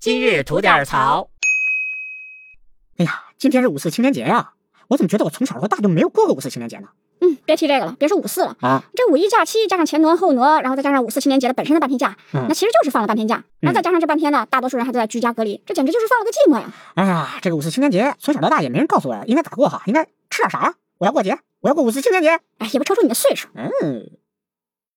今日吐点槽。哎呀，今天是五四青年节呀、我怎么觉得我从小到大就没有过过五四青年节呢？嗯，别提这个了，别说五四了，啊，这五一假期加上前挪后挪，然后再加上五四青年节的本身的半天假，嗯那其实就是放了半天假。然后再加上这半天呢，大多数人还都在居家隔离，这简直就是放了个寂寞呀！哎呀，这个五四青年节从小到大也没人告诉我应该咋过哈，应该吃点啥呀？我要过节，我要过五四青年节。哎，也不瞅瞅你的岁数，嗯，